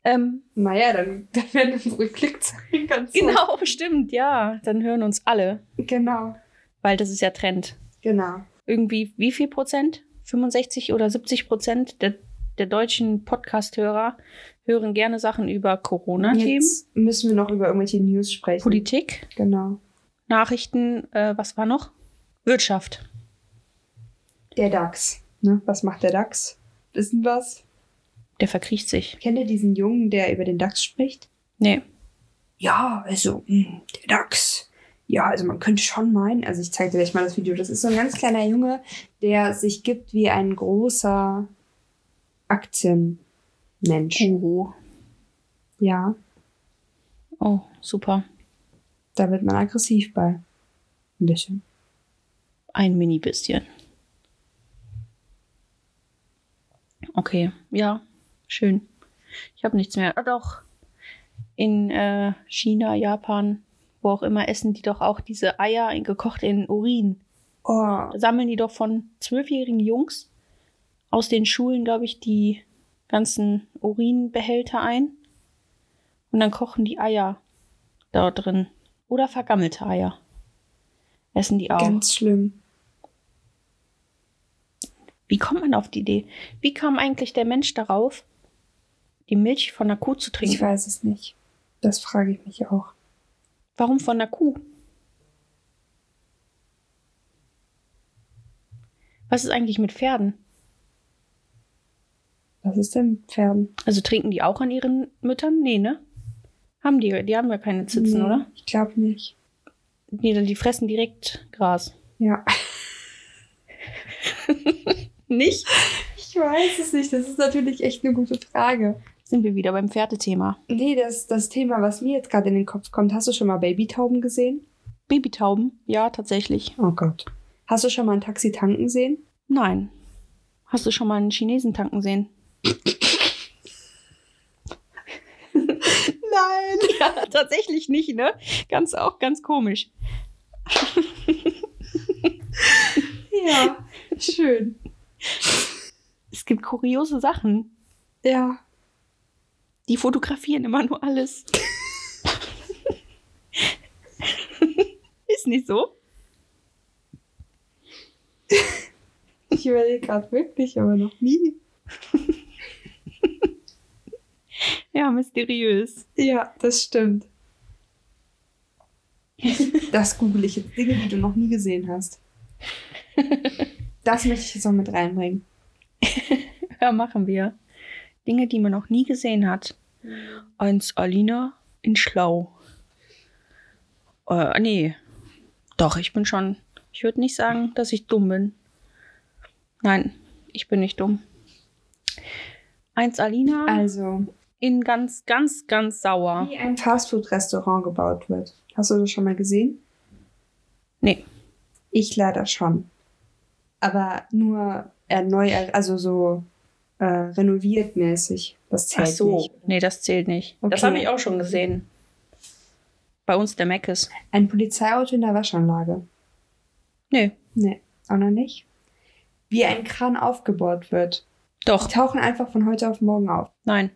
Speaker 2: Ähm,
Speaker 1: naja, dann, dann werden unsere Klickzahlen ganz hoch.
Speaker 2: genau, stimmt, ja. Dann hören uns alle,
Speaker 1: Genau.
Speaker 2: weil das ist ja Trend.
Speaker 1: Genau.
Speaker 2: irgendwie wie viel Prozent? 65 oder 70 Prozent der, der deutschen Podcast-Hörer hören gerne Sachen über Corona-Themen,
Speaker 1: Jetzt müssen wir noch über irgendwelche News sprechen.
Speaker 2: Politik,
Speaker 1: Genau.
Speaker 2: Nachrichten, äh, was war noch? Wirtschaft.
Speaker 1: Der DAX. Ne? Was macht der DAX? Wissen wir's?
Speaker 2: Der verkriecht sich.
Speaker 1: Kennt ihr diesen Jungen, der über den DAX spricht?
Speaker 2: Nee.
Speaker 1: Ja, also, mh, der DAX. Ja, also man könnte schon meinen, also ich zeige dir gleich mal das Video, das ist so ein ganz kleiner Junge, der sich gibt wie ein großer Aktienmanager. Mensch.
Speaker 2: Guru.
Speaker 1: Ja,
Speaker 2: Oh, super.
Speaker 1: da wird man aggressiv bei. Ein bisschen.
Speaker 2: Ein mini bisschen. Okay, ja, schön. Ich habe nichts mehr. Ah, doch. In äh, China, Japan, wo auch immer, essen die doch auch diese Eier in- gekocht in Urin.
Speaker 1: Oh,
Speaker 2: Sammeln die doch von zwölfjährigen Jungs aus den Schulen, glaube ich, die ganzen Urinbehälter ein. Und dann kochen die Eier da drin. Oder vergammelte Eier. Essen die auch.
Speaker 1: ganz schlimm.
Speaker 2: Wie kommt man auf die Idee? Wie kam eigentlich der Mensch darauf, die Milch von einer Kuh zu
Speaker 1: Ich
Speaker 2: trinken?
Speaker 1: weiß es nicht. Das frage ich mich auch.
Speaker 2: Warum von einer Kuh? Was ist eigentlich mit Pferden?
Speaker 1: Was ist denn mit Pferden?
Speaker 2: Also trinken die auch an ihren Müttern? Nee, ne? Haben die, die haben ja keine Zitzen,
Speaker 1: Nee,
Speaker 2: oder?
Speaker 1: Ich glaube nicht.
Speaker 2: Nee, die fressen direkt Gras.
Speaker 1: Ja.
Speaker 2: Nicht?
Speaker 1: Ich weiß es nicht. Das ist natürlich echt eine gute Frage.
Speaker 2: Sind wir wieder beim Pferdethema.
Speaker 1: Nee, das, das Thema, was mir jetzt gerade in den Kopf kommt, hast du schon mal Babytauben gesehen?
Speaker 2: Babytauben? Ja, tatsächlich.
Speaker 1: Oh Gott. Hast du schon mal ein Taxi tanken sehen?
Speaker 2: Nein. Hast du schon mal einen Chinesen tanken sehen?
Speaker 1: Nein.
Speaker 2: Ja, tatsächlich nicht, ne? Ganz auch ganz komisch.
Speaker 1: Ja. Schön.
Speaker 2: Es gibt kuriose Sachen.
Speaker 1: Ja.
Speaker 2: Die fotografieren immer nur alles. Ist nicht so?
Speaker 1: Ich überlege gerade wirklich, aber noch nie.
Speaker 2: Ja, mysteriös.
Speaker 1: Ja, das stimmt. Das google ich jetzt. Dinge, die du noch nie gesehen hast. Das möchte ich jetzt noch mit reinbringen.
Speaker 2: Ja, machen wir. Dinge, die man noch nie gesehen hat.
Speaker 1: Mhm.
Speaker 2: Eins Alina in Schlau. Äh, nee. Doch, ich bin schon. Ich würde nicht sagen, dass ich dumm bin. Nein, ich bin nicht dumm. Eins Alina.
Speaker 1: Also,
Speaker 2: in ganz, ganz, ganz sauer.
Speaker 1: wie ein Fastfood-Restaurant gebaut wird. Hast du das schon mal gesehen?
Speaker 2: Nee.
Speaker 1: Ich leider schon. Aber nur erneuert, also so äh, renoviert mäßig. Das zählt nicht.
Speaker 2: Nee, das zählt nicht. Das
Speaker 1: Okay.
Speaker 2: habe ich auch schon gesehen. Bei uns der Mac ist.
Speaker 1: Ein Polizeiauto in der Waschanlage.
Speaker 2: Nee,
Speaker 1: Nee, auch noch nicht. Wie ein Kran aufgebohrt wird.
Speaker 2: doch,
Speaker 1: Die tauchen einfach von heute auf morgen auf.
Speaker 2: nein.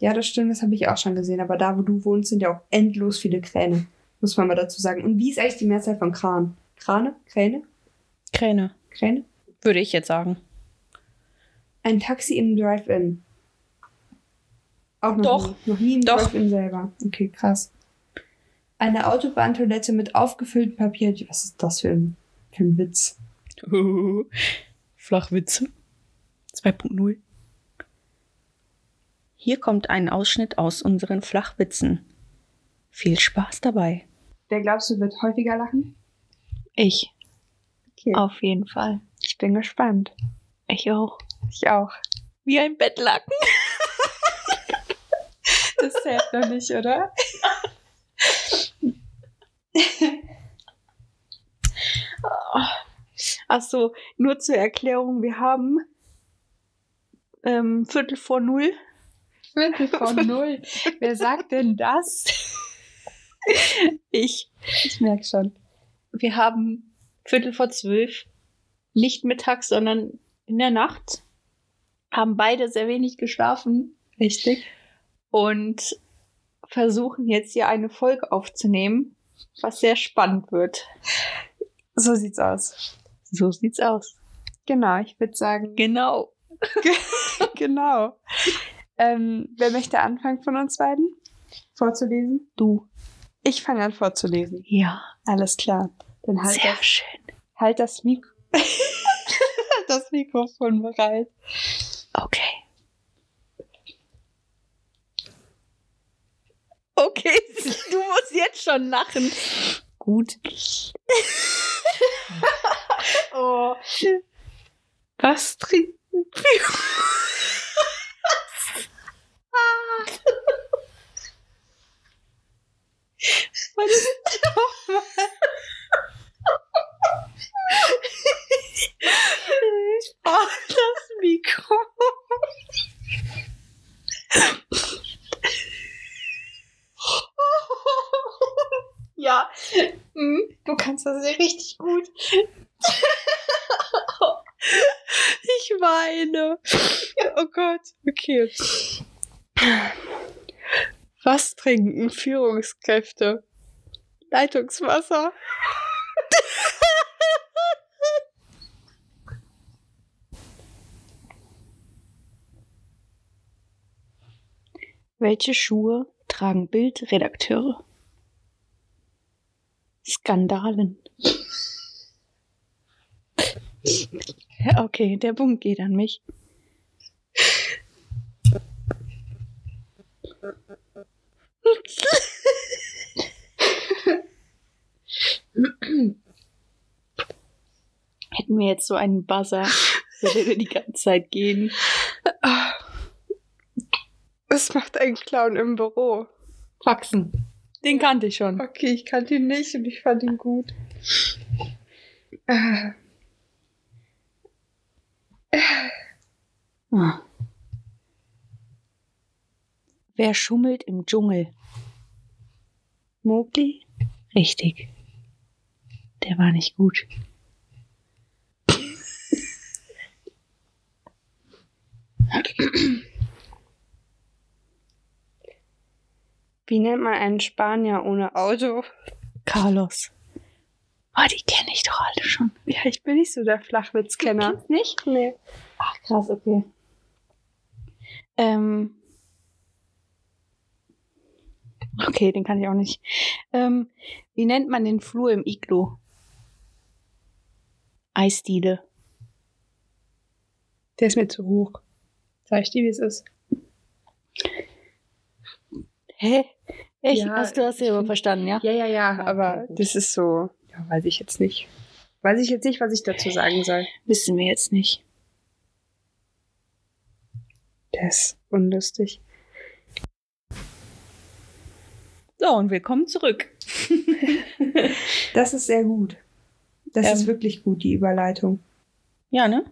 Speaker 1: Ja, das stimmt, das habe ich auch schon gesehen. Aber da, wo du wohnst, sind ja auch endlos viele Kräne. Muss man mal dazu sagen. Und wie ist eigentlich die Mehrzahl von Kran? Krane? Kräne?
Speaker 2: Kräne,
Speaker 1: Kräne?
Speaker 2: würde ich jetzt sagen.
Speaker 1: Ein Taxi im Drive-In. Auch noch
Speaker 2: Doch.
Speaker 1: nie. Noch nie im
Speaker 2: Doch.
Speaker 1: Drive-In selber. Okay, krass. Eine Autobahntoilette mit aufgefülltem Papier. Was ist das für ein, für ein Witz?
Speaker 2: Flachwitze. 2.0. Hier kommt ein Ausschnitt aus unseren Flachwitzen. Viel Spaß dabei.
Speaker 1: Wer glaubst du, wird häufiger lachen?
Speaker 3: Ich,
Speaker 1: Okay.
Speaker 3: auf jeden Fall.
Speaker 1: Ich bin gespannt.
Speaker 3: Ich auch.
Speaker 1: Ich auch.
Speaker 3: Wie ein Bettlaken.
Speaker 1: Das zählt noch nicht, oder?
Speaker 3: Ach so, nur zur Erklärung, wir haben ähm, Viertel vor null.
Speaker 1: Viertel vor null. Wer sagt denn das?
Speaker 3: Ich.
Speaker 1: Ich merke schon.
Speaker 3: Wir haben Viertel vor zwölf. Nicht mittags, sondern in der Nacht. Haben beide sehr wenig geschlafen
Speaker 1: Richtig.
Speaker 3: und versuchen jetzt hier eine Folge aufzunehmen, was sehr spannend wird.
Speaker 1: So sieht's aus.
Speaker 3: So sieht's aus.
Speaker 1: Genau, ich würde sagen,
Speaker 3: Genau.
Speaker 1: genau. Ähm, wer möchte anfangen von uns beiden? Vorzulesen?
Speaker 3: Du.
Speaker 1: Ich fange an vorzulesen.
Speaker 3: Ja.
Speaker 1: Alles klar. Dann halt,
Speaker 3: Sehr
Speaker 1: das,
Speaker 3: schön.
Speaker 1: halt das, Mik das Mikrofon bereit.
Speaker 3: Okay. Okay, du musst jetzt schon lachen. Gut. oh. Was trinken wir? Weil das oh, das Mikro. ja, hm, du kannst das ja richtig gut.
Speaker 2: Ich weine. Oh Gott, okay. Was trinken Führungskräfte? Leitungswasser.
Speaker 3: Welche Schuhe tragen Bildredakteure? Skandalen. Okay, der Punkt geht an mich. Hätten wir jetzt so einen Buzzer, würde die ganze Zeit gehen.
Speaker 1: Was macht ein Clown im Büro?
Speaker 3: Faxen. Den kannte ich schon.
Speaker 1: Okay, ich kannte ihn nicht und ich fand ihn gut. Äh,
Speaker 3: Ah. Wer schummelt im Dschungel? Mowgli? Richtig. Der war nicht gut.
Speaker 1: Wie nennt man einen Spanier ohne Auto?
Speaker 3: Carlos. Oh, die kenne ich doch alle schon.
Speaker 1: Ja, ich bin nicht so der Flachwitzkenner.
Speaker 3: Nicht?
Speaker 1: Nee.
Speaker 3: Ach, krass, okay. Ähm. Okay, den kann ich auch nicht. Ähm, wie nennt man den Flur im Iglu? Eisdiele.
Speaker 1: Der ist mir zu hoch. Sag ich dir, wie es ist.
Speaker 3: Hä? Echt?
Speaker 1: Ja,
Speaker 3: hast du das selber verstanden, ja?
Speaker 1: Ja, ja, ja, aber
Speaker 3: aber
Speaker 1: das ist so. Ja, weiß ich jetzt nicht. Weiß ich jetzt nicht, was ich dazu sagen soll.
Speaker 3: Wissen wir jetzt nicht.
Speaker 1: Der ist unlustig.
Speaker 2: So, und willkommen zurück.
Speaker 1: Das ist sehr gut. Das
Speaker 2: Ähm.
Speaker 1: ist wirklich gut, die Überleitung.
Speaker 2: Ja, ne?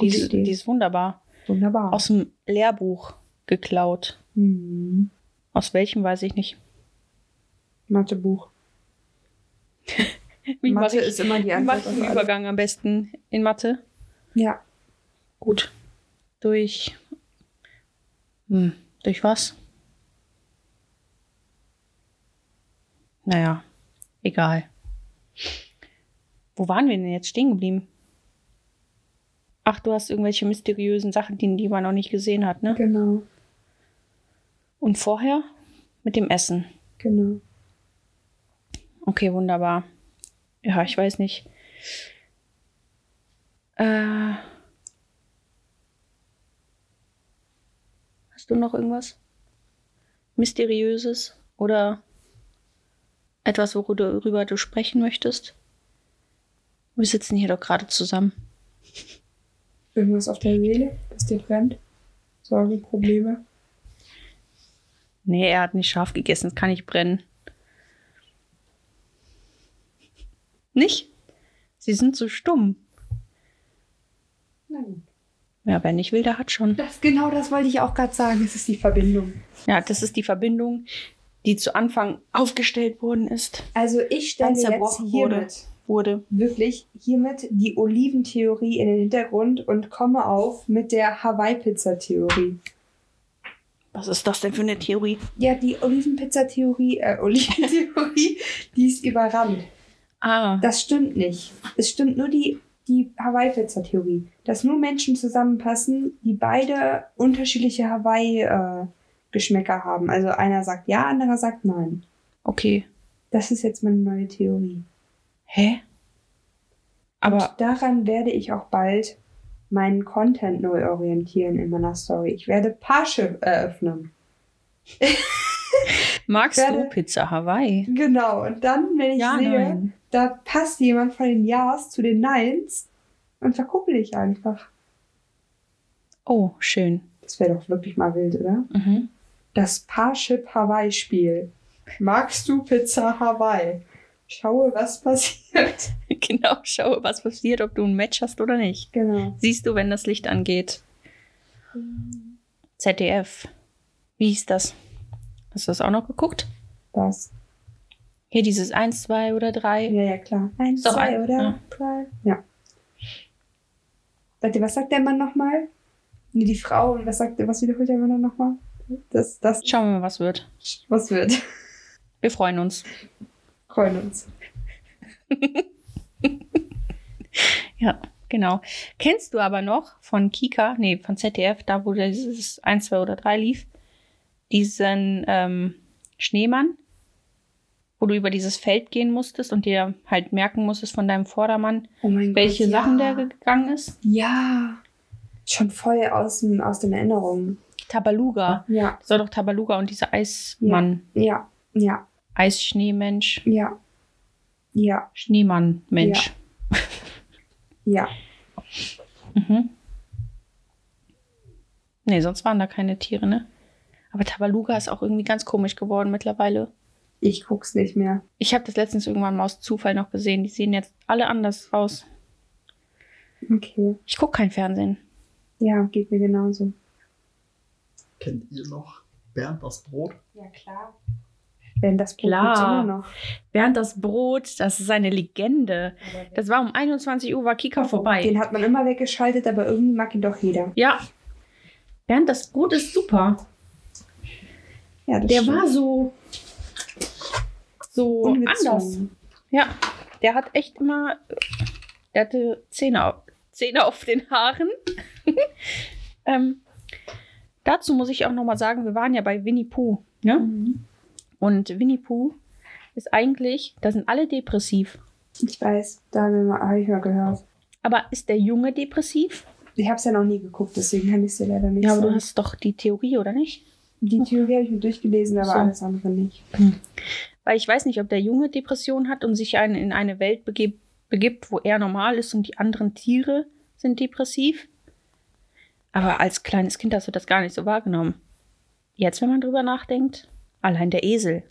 Speaker 2: Die
Speaker 1: Gute
Speaker 2: ist,
Speaker 1: Idee.
Speaker 2: die ist wunderbar.
Speaker 1: Wunderbar.
Speaker 2: Aus dem Lehrbuch geklaut.
Speaker 1: Hm.
Speaker 2: Aus welchem weiß ich nicht.
Speaker 1: Mathebuch.
Speaker 2: Wie mache
Speaker 1: Mathe
Speaker 2: ich,
Speaker 1: ist immer die
Speaker 2: wie mach ich
Speaker 1: Antwort.
Speaker 2: den
Speaker 1: auf alles.
Speaker 2: Übergang am besten in Mathe?
Speaker 1: Ja.
Speaker 2: Gut. Durch. Hm, durch was? Naja, egal. Wo waren wir denn jetzt stehen geblieben? Ach, du hast irgendwelche mysteriösen Sachen, die, die man noch nicht gesehen hat, ne?
Speaker 1: Genau,
Speaker 2: Und vorher mit dem Essen.
Speaker 1: genau.
Speaker 2: Okay, wunderbar. Ja, ich weiß nicht. Äh, hast du noch irgendwas Mysteriöses oder etwas, worüber du sprechen möchtest? Wir sitzen hier doch gerade zusammen.
Speaker 1: Irgendwas auf der Seele, was dir brennt? Sorgen, Probleme?
Speaker 2: Nee, er hat nicht scharf gegessen, das kann nicht brennen. Nicht? Sie sind so stumm.
Speaker 1: Nein.
Speaker 2: Ja, wer nicht will, der hat schon.
Speaker 1: Das, genau das wollte ich auch gerade sagen. Es ist die Verbindung.
Speaker 2: Ja, das ist die Verbindung, die zu Anfang aufgestellt worden ist,
Speaker 1: Also ich stelle
Speaker 2: Ganz
Speaker 1: jetzt
Speaker 2: zerbrochen
Speaker 1: hiermit
Speaker 2: wurde. wurde.
Speaker 1: wirklich hiermit die Oliventheorie in den Hintergrund und komme auf mit der Hawaii-Pizza-Theorie.
Speaker 2: Was ist das denn für eine Theorie?
Speaker 1: Ja, die Olivenpizza-Theorie, äh, Oliventheorie, die ist überrannt.
Speaker 2: Ah,
Speaker 1: Das stimmt nicht. Es stimmt nur die, die Hawaii-Pizza-Theorie. Dass nur Menschen zusammenpassen, die beide unterschiedliche Hawaii-Geschmäcker haben. Also einer sagt ja, anderer sagt nein.
Speaker 2: okay.
Speaker 1: Das ist jetzt meine neue Theorie.
Speaker 2: Hä? Aber
Speaker 1: Und daran werde ich auch bald meinen Content neu orientieren in meiner Story. Ich werde Parship eröffnen.
Speaker 2: magst
Speaker 1: werde-
Speaker 2: du Pizza Hawaii?
Speaker 1: Genau, und dann, wenn ich sehe, da passt jemand von den Ja's zu den Neins, dann verkuppel ich einfach.
Speaker 2: Oh, schön.
Speaker 1: Das wäre doch wirklich mal wild, oder?
Speaker 2: Mhm.
Speaker 1: Das Parship Hawaii Spiel.
Speaker 4: Magst du Pizza Hawaii? Schaue, was passiert.
Speaker 2: genau, schaue, was passiert, ob du ein Match hast oder nicht.
Speaker 1: Genau.
Speaker 2: Siehst du, wenn das Licht angeht. ZDF. Wie hieß das? Hast du das auch noch geguckt?
Speaker 1: Das.
Speaker 2: Hier dieses 1, 2 oder 3.
Speaker 1: Ja, ja, klar. Eins,
Speaker 2: Doch,
Speaker 1: zwei,
Speaker 2: ein-
Speaker 1: oder?
Speaker 2: ja.
Speaker 1: Drei. Ja. Warte, was sagt der Mann nochmal? Nee, die Frau. Und was sagt, was wiederholt der Mann dann nochmal? Das, das,
Speaker 2: Schauen wir mal, was wird.
Speaker 1: was wird?
Speaker 2: Wir freuen uns.
Speaker 1: Freuen uns.
Speaker 2: Ja, genau. Kennst du aber noch von Kika, nee, von ZDF, da wo dieses 1, 2 oder 3 lief, diesen ähm, Schneemann, wo du über dieses Feld gehen musstest und dir halt merken musstest von deinem Vordermann,
Speaker 1: Oh mein
Speaker 2: welche
Speaker 1: Gott.
Speaker 2: Sachen
Speaker 1: ja.
Speaker 2: der gegangen ist?
Speaker 1: Ja. Schon voll aus, dem, aus den Erinnerungen.
Speaker 2: Tabaluga.
Speaker 1: Ja.
Speaker 2: Das war doch Tabaluga und dieser Eismann,
Speaker 1: Ja. Ja.
Speaker 2: Eisschneemensch,
Speaker 1: Ja. Ja.
Speaker 2: Schneemann-Mensch.
Speaker 1: Ja.
Speaker 2: Mhm. Nee, sonst waren da keine Tiere, ne? Aber Tabaluga ist auch irgendwie ganz komisch geworden mittlerweile.
Speaker 1: Ich guck's nicht mehr.
Speaker 2: Ich habe das letztens irgendwann mal aus Zufall noch gesehen. Die sehen jetzt alle anders aus.
Speaker 1: Okay.
Speaker 2: Ich gucke kein Fernsehen.
Speaker 1: Ja, geht mir genauso.
Speaker 5: Kennt ihr noch Bernd das Brot?
Speaker 1: Ja, klar. Wenn das Buch
Speaker 2: Klar.
Speaker 1: gibt's immer noch.
Speaker 2: Bernd das Brot, das ist eine Legende. Das war um 21 Uhr, war Kika vorbei.
Speaker 1: Den hat man immer weggeschaltet, aber irgendwie mag ihn doch jeder.
Speaker 2: Ja. Bernd das Brot ist super.
Speaker 1: Ja, das
Speaker 2: Der
Speaker 1: stimmt.
Speaker 2: war so. so anders.
Speaker 1: Ungezwungen.
Speaker 2: Ja. Der hat echt immer. Der hatte Zähne, au- Zähne auf den Haaren. ähm, dazu muss ich auch nochmal sagen, wir waren ja bei Winnie Pooh. Ne?
Speaker 1: Mhm.
Speaker 2: Und Winnie Pooh ist eigentlich, da sind alle depressiv.
Speaker 1: Ich weiß, da habe ich mal- hab ich mal gehört.
Speaker 2: Aber ist der Junge depressiv?
Speaker 1: Ich habe es ja noch nie geguckt, deswegen kann ich es dir leider nicht sagen.
Speaker 2: hast doch die Theorie, oder nicht?
Speaker 1: Die Theorie habe ich mir durchgelesen, aber
Speaker 2: So.
Speaker 1: alles andere nicht.
Speaker 2: Weil ich weiß nicht, ob der Junge Depression hat und sich ein, in eine Welt begibt, begibt, wo er normal ist und die anderen Tiere sind depressiv. Aber als kleines Kind hast du das gar nicht so wahrgenommen. Jetzt, wenn man drüber nachdenkt, allein der Esel.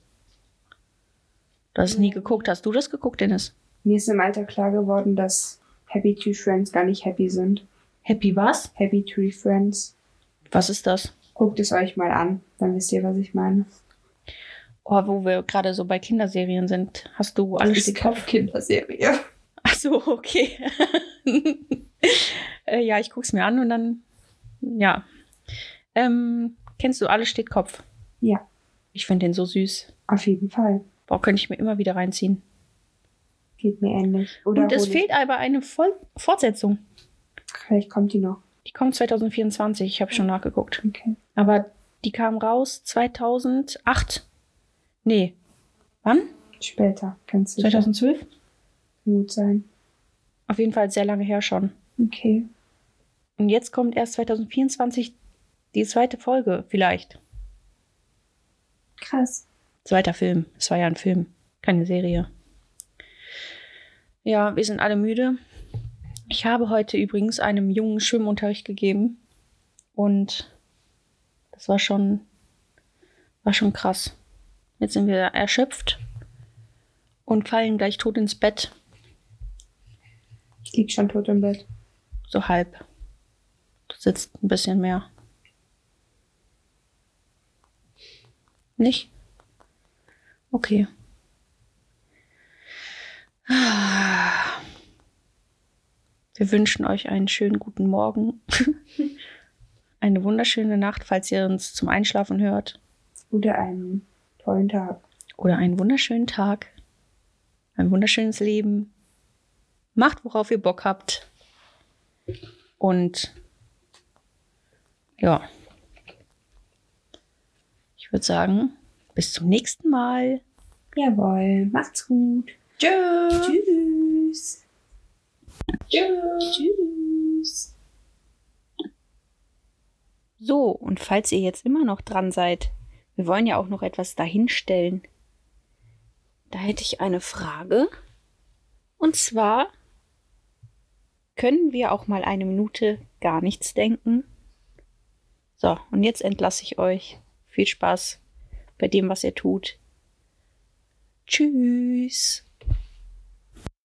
Speaker 2: Du hast es nie geguckt. Hast du das geguckt, Dennis?
Speaker 1: Mir ist im Alter klar geworden, dass Happy Tree Friends gar nicht happy sind.
Speaker 2: Happy was?
Speaker 1: Happy Tree Friends.
Speaker 2: Was ist das?
Speaker 1: Guckt es euch mal an, dann wisst ihr, was ich meine.
Speaker 2: Oh, wo wir gerade so bei Kinderserien sind, hast du alles geguckt?
Speaker 4: Kinderserie.
Speaker 2: Ach so, okay. äh, ja, ich guck's mir an und dann, ja. Ähm, kennst du Alles steht Kopf?
Speaker 1: Ja.
Speaker 2: Ich finde den so süß.
Speaker 1: Auf jeden Fall.
Speaker 2: Boah, könnte ich mir immer wieder reinziehen.
Speaker 1: Geht mir ähnlich. Oder
Speaker 2: und es
Speaker 1: hol ich-
Speaker 2: fehlt aber eine Voll Fortsetzung.
Speaker 1: Vielleicht kommt die noch.
Speaker 2: Die kommt 2024, ich habe schon nachgeguckt.
Speaker 1: Okay.
Speaker 2: Aber die kam raus 2008. Nee. Wann?
Speaker 1: Später. Kannst du
Speaker 2: 2012?
Speaker 1: gut sein.
Speaker 2: Auf jeden Fall sehr lange her schon.
Speaker 1: Okay.
Speaker 2: Und jetzt kommt erst 2024 die zweite Folge, vielleicht.
Speaker 1: Krass.
Speaker 2: Zweiter Film. Es war ja ein Film, keine Serie. Ja, wir sind alle müde. Ich habe heute übrigens einem Jungen Schwimmunterricht gegeben. Und das war schon, war schon krass. Jetzt sind wir erschöpft und fallen gleich tot ins Bett.
Speaker 1: Ich lieg schon tot im Bett.
Speaker 2: So halb. Du sitzt ein bisschen mehr. Nicht? Okay. Wir wünschen euch einen schönen guten Morgen. Eine wunderschöne Nacht, falls ihr uns zum Einschlafen hört.
Speaker 1: Oder einen tollen Tag.
Speaker 2: Oder einen wunderschönen Tag. Ein wunderschönes Leben. Macht, worauf ihr Bock habt. Und ja. Ich würde sagen, bis zum nächsten Mal.
Speaker 1: Jawohl. Macht's gut.
Speaker 2: Tschüss.
Speaker 1: Tschüss.
Speaker 2: So, und falls ihr jetzt immer noch dran seid, wir wollen ja auch noch etwas dahinstellen. Da hätte ich eine Frage. Und zwar, können wir auch mal eine Minute gar nichts denken? So, und jetzt entlasse ich euch. Viel Spaß bei dem, was ihr tut. Tschüss.